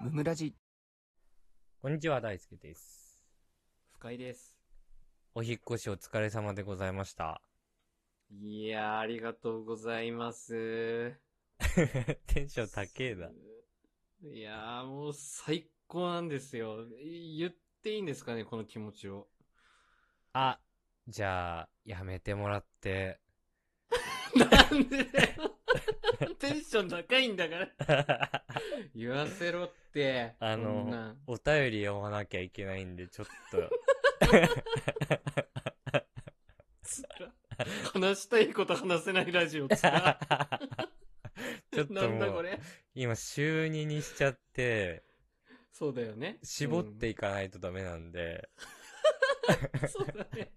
ムムラジこんにちは、大輔です。深井です。お引っ越しお疲れ様でございました。いやー、ありがとうございます。 テンション高えな。。いやー、もう最高なんですよ。い言っていいんですかね、この気持 ちを。あ、じゃあ、やめてもら って。なんでだよ。テンション高いんだから。言わせろって。あのこんなんお便り読まなきゃいけないんで、ちょっと。つら話したいこと話せないラジ オつらちょっとなんだもこう、れ。今週2にしちゃって、そうだよね。絞っていかないとダメなんで、うん。そうだ ね。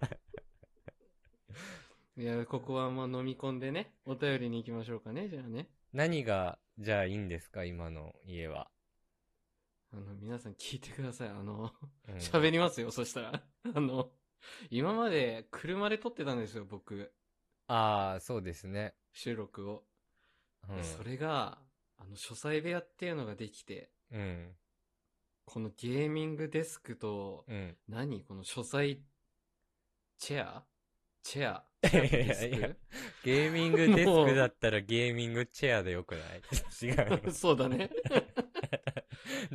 いや、ここはもう飲み込んでね、お便りに行きましょうかね、じゃあね。何が、じゃあいいんですか、今の家は。あの、皆さん聞いてください。あの、うん喋、りますよ、そしたら。 あの、今まで車で撮ってたんですよ、僕。ああ、そうですね。収録を。うん。それが、あの、書斎部屋っていうのができて、うん。このゲーミングデスクと、うん。何この書斎、チェアチェアチェアデスクいやいやゲーミングデスクだったらゲーミングチェアでよくない 違うよ。 そう だね。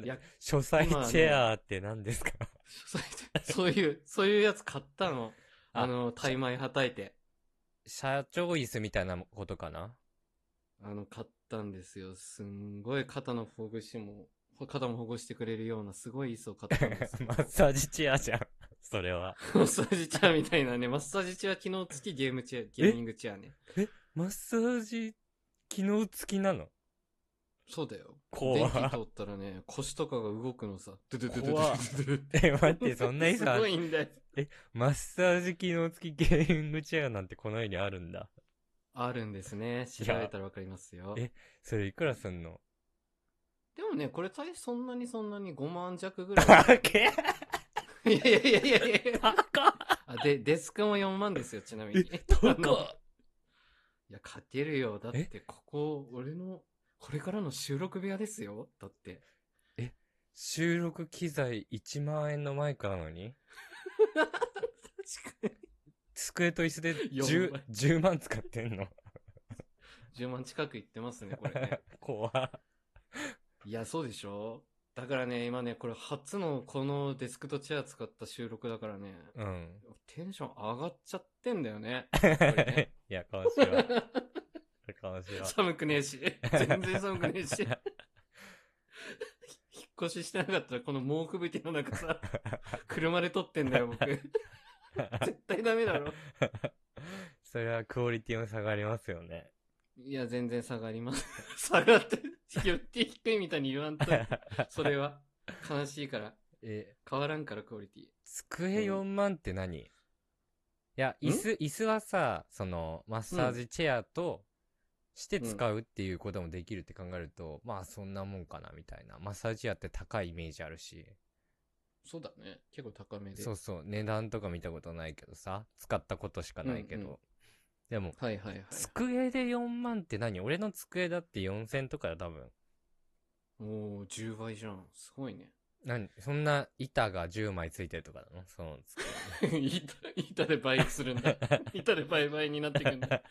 いや書斎チェアって何ですか、書斎そういう、そういうやつ買ったの。ああの、タイ米はたいて。社長椅子みたいなことかなあの、買ったんですよ。すんごい肩のほぐしも、ほ肩もほぐしてくれるようなすごい椅子を買ったんですけど マッサージチェアじゃん。 それは。マッサージチェアみたいなね、マッサージチェア機能付きゲームチェア、ゲーミングチェアね。マッサージ、機能付きなのそうだよ。怖電気通ったらね、腰とかが動くのさ。ドゥドゥドゥドゥド怖ゥドゥド ゥえ、待って、そんな椅す子あごるいんだよ。マッサージ機能付きゲーミングチェアなんてこの世にあるんだ。あるんですね。調べたらわかりますよ。いやえそれいくらすん のでもね、これ大そんなにそんなに5万弱ぐらい。あけいやいやいやいやいや高っあで、デスクも4万ですよ、ちなみえに。高あのっいや、勝てるよ。だって、ここ、俺の、これからの収録部屋ですよ。だって。収録機材1万円のマイクなのに確か机と椅子で四 10, 万10万使ってん のに。10万近くいってますね、これ ね。怖っいや、そうでしょだからね、今ね、これ初のこのデスクとチェア使った収録だからね、うん。テンション上がっちゃってんだよね。これね いや、かわしろ。かわしろ。 寒くねえし。全然寒くねえ し。引っ越ししてなかったら、この猛吹雪の中さ、車で撮ってんだよ、僕。絶対ダメだろ。それはクオリティも下がりますよね。いや、全然下がります。 下がって、言って低いみたいに言わんと。 それは、悲しいから。え、変わらんから、クオリティ。机4万って何いや、椅子、椅子はさ、その、マッサージチェアと、して使うっていうこともできるって考えると、まあそんなもんかなみたいな。マッサージチェアって高いイメージあるし。そうだね。結構高めで。そうそう、値段とか見たことないけどさ、使ったことしかないけど。うんうんでも、はいはいはい。机で4万って何俺の机だって4000とかだ多分。おー、10倍じゃん。すごいね。 何そんな板が10枚ついてるとかなのその 机。板、板で倍する んだ。板で倍倍になってくんだ。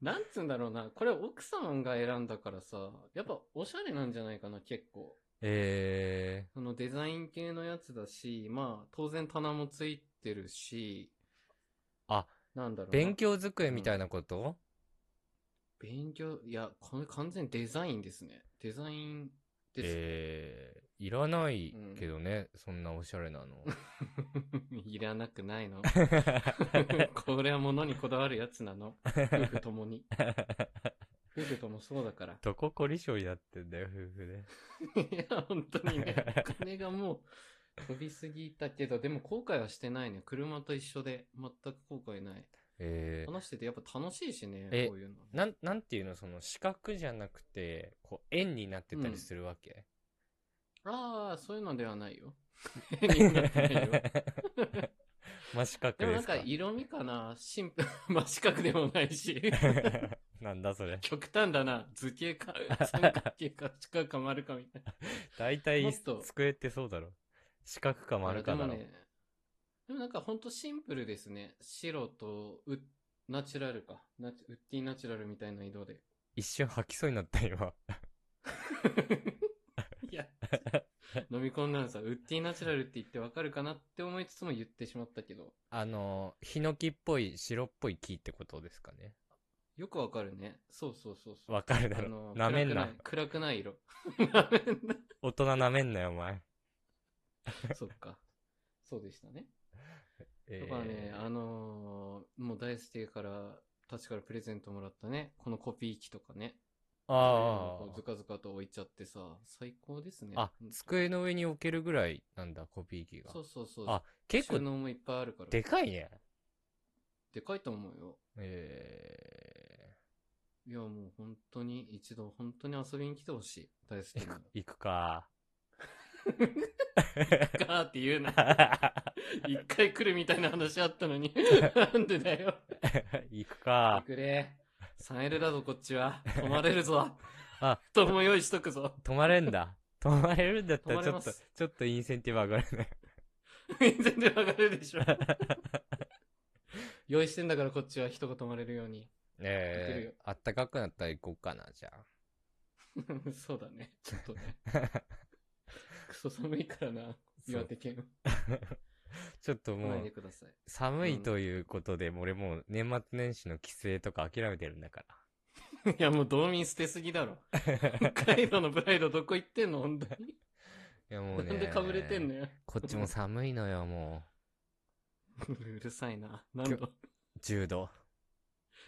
なんつうんだろうな。これ奥様が選んだからさ、やっぱおしゃれなんじゃないかな、結構。えそのデザイン系のやつだし、まあ、当然棚もついてるし、あ、なんだろー、うな。勉強机みたいなこと、勉強、いや、これ完全にデザインですね。デザインです。えー、いらないけどね、そんなおしゃれ なの。いらなくな いのこれは物にこだわるやつなの。夫婦と もに。夫婦ともそうだから。どこ凝り性やってんだよ、夫婦で。いや、本当にね、お金がもう飛びすぎたけど、でも後悔はしてないね。車と一緒で、全く後悔ない。えー、話しててやっぱ楽しいしね、えこういうの。なん、なんていうのその四角じゃなくて、こう円になってたりするわけ、ああ、そういうので はないよ。に なってないよ真四角でもでなんすか か色味かなシンプル、真四角でもないし。 なんだそれ。極端だな。図形 か、三角形か、四角か丸かみたいな。大体もっと机ってそうだろ。四角か丸かだあろ。でもね、でもなんかほんとシンプルですね。白とウッナチュラルか。ナチウッディナチュラルみたいな色 で。一瞬吐きそうになった今。いや、飲み込んだのさ、ウッディナチュラルって言ってわかるかなって思いつつも言ってしまったけど、あの、ヒノキっぽい白っぽい木ってことですかね。よくわかるね。そうそうそうそう。わかるだあろの。なめん暗なくい。暗くない色。なめんな。大人なめんなよ、お前。そっか。そうでしたね。えだーからね、あのーもう大ステから、たちからプレゼントもらったね、このコピー機とかね。あこうずかずかと置いちゃってさ、最高ですね。あ。あうん、机の上に置けるぐらいなんだ、コピー機がそ。うそうそう。あ、結収構納もいっぱいあるから。でかいね。でかいと思うよ。えいや、もう本当に、一度本当に遊びに来てほしい。大好きー、行なく。、行く か。ガーっ て言うな。一回来るみたいな話あったのに。なんでだよ。行く来かて。くれ。3L だぞ、こっちは。泊まれるぞ。あ、布団も用意しとくぞ。泊まれんだ。泊まれるんだったら泊まちれょまっと、すちょっとインセンティブ上がるね。全然わかるでしょ。用意してんだからこっちは人が泊まれるように。 行けるえよー、あったかくなったら行こうかな、じゃあ。そうだね。ちょっとね。クソ寒いからな。岩手県。ちょっと来もないでう、ください。寒いということで、俺もう年末年始の帰省とか諦めてるんだかいや、もう道民捨てすぎだろ。ら。北海道のプライドどこ行ってんの本当に。いやもなうね。んでかぶれてんのよ。こっちも寒いのよ、もうるさいな。何度。う。10度。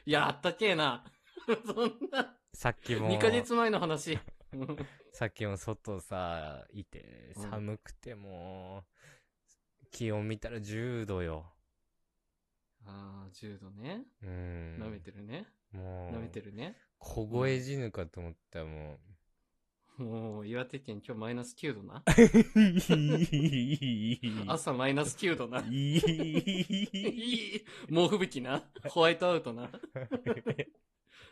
いや、あったけえな。 そんな、さっきも2、ヶ月前の 話。うんさっきも外さ、いて、うん寒くてもう、気温見たら10度よ。ああ、10度ね。うーん。舐めてるね。もう、舐めてるね。凍え死ぬかと思ったらもう。もう、岩手県今日マイナス9度な。 あ朝マイナス9度な。い いい猛吹雪な。ホワイトアウトな。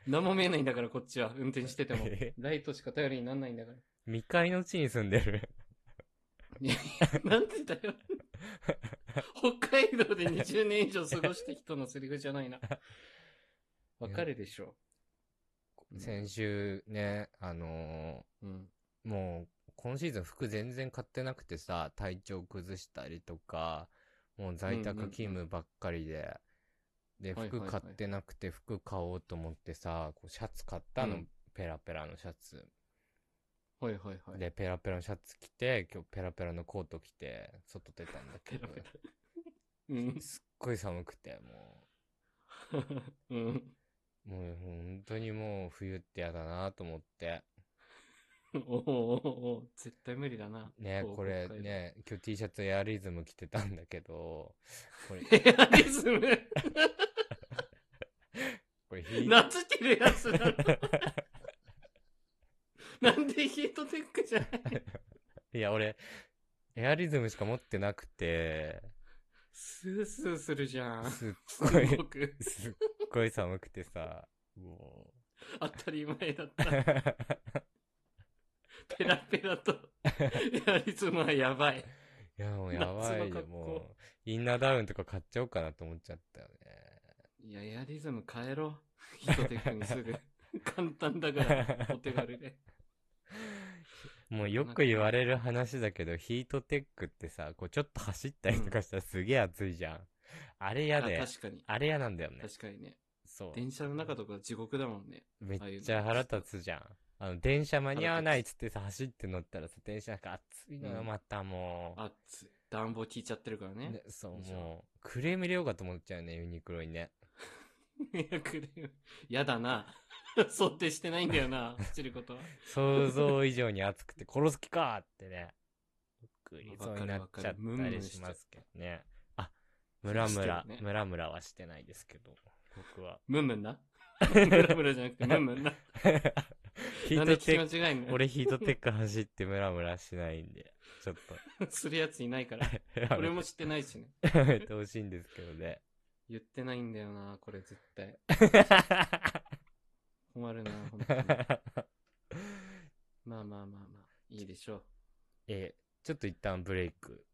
何も見えないんだから、こっちは。運転してても。ライトしか頼りになんないんだから。未開の地に住んでる。いやなんでだよ。北海道で20年以上過ごした人のセリフじゃないな。わかるでしょう ん先週ね、あのう。うん。ーもう、今シーズン服全然買ってなくてさ、体調崩したりとか、もう在宅勤務ばっかりで、で、はいはい服はい買ってなくて、服買おうと思ってさ、こうシャツ買ったのうん、ペラペラのシャツ。はいはいはい。で、ペラペラのシャツ着て、今日ペラペラのコート着て、外出たんだけペどラ、 ペラ。うん。すっごい寒くて、もうん。う、もう本当にもう冬ってやだなと思って。おうおうおう絶対無理だな。ね、東これ北海道。ね、今日 T シャツエアリズム着てたんだけど、これ、エアリズムこれヒー夏着るやつだな。なんでヒートテックじゃないいや、俺、エアリズムしか持ってなくて、スースーするじゃん。すすっごいご、くすっごい寒くてさ、も当たり前だっう た。。ペラペラと。エアリズムはやばい。いや、もうやばい夏のよ、格好もう。インナーダウンとか買っちゃおうかなと思っちゃったよいや、エアリズム変えろ。ヒートテックにすぐ。簡単だから、お手軽で。ね。もうよく言われる話だけど、ヒートテックってさ、こうちょっと走ったりとかしたらすげえ暑いじゃん。あれあ嫌で、確かに。あれ嫌なんだよね。確かにね。そう。電車の中とか地獄だもんね。めああいうっのちゃ腹立つじゃん。あの、電車間に合わないっつってさ、走って乗ったらさ、電車なんか暑いのうよ、んまたもう。暑い。暖房効いちゃってるからね。ねそう、でしょもう、クレーム入れようかと思っちゃうね、ユニクロにね。 いや、クレーム。やだな。 想定してないんだよな、走ることは。想像以上に暑くて、殺す気かーってね。びっくりそうになっちゃっわかるわたかるムンムりンししちゃうますけどね。あ、ムラムラしてる、ねムラムラはしてないですけど、僕は。ムンムン な。ムラムラじゃなくて、ムンムンな。 ヒなーんでト聞きテック、間違いんの俺ヒートテック走ってムラムラしないんで、ちょっと、す るやついないから。や俺めも知ってないしね。てやめてほしい んですけどね。言ってないんだよな、これ絶対。困るな、本 当に。まあまあまあまあ、いいでしょう。えーちょっと一旦ブレイク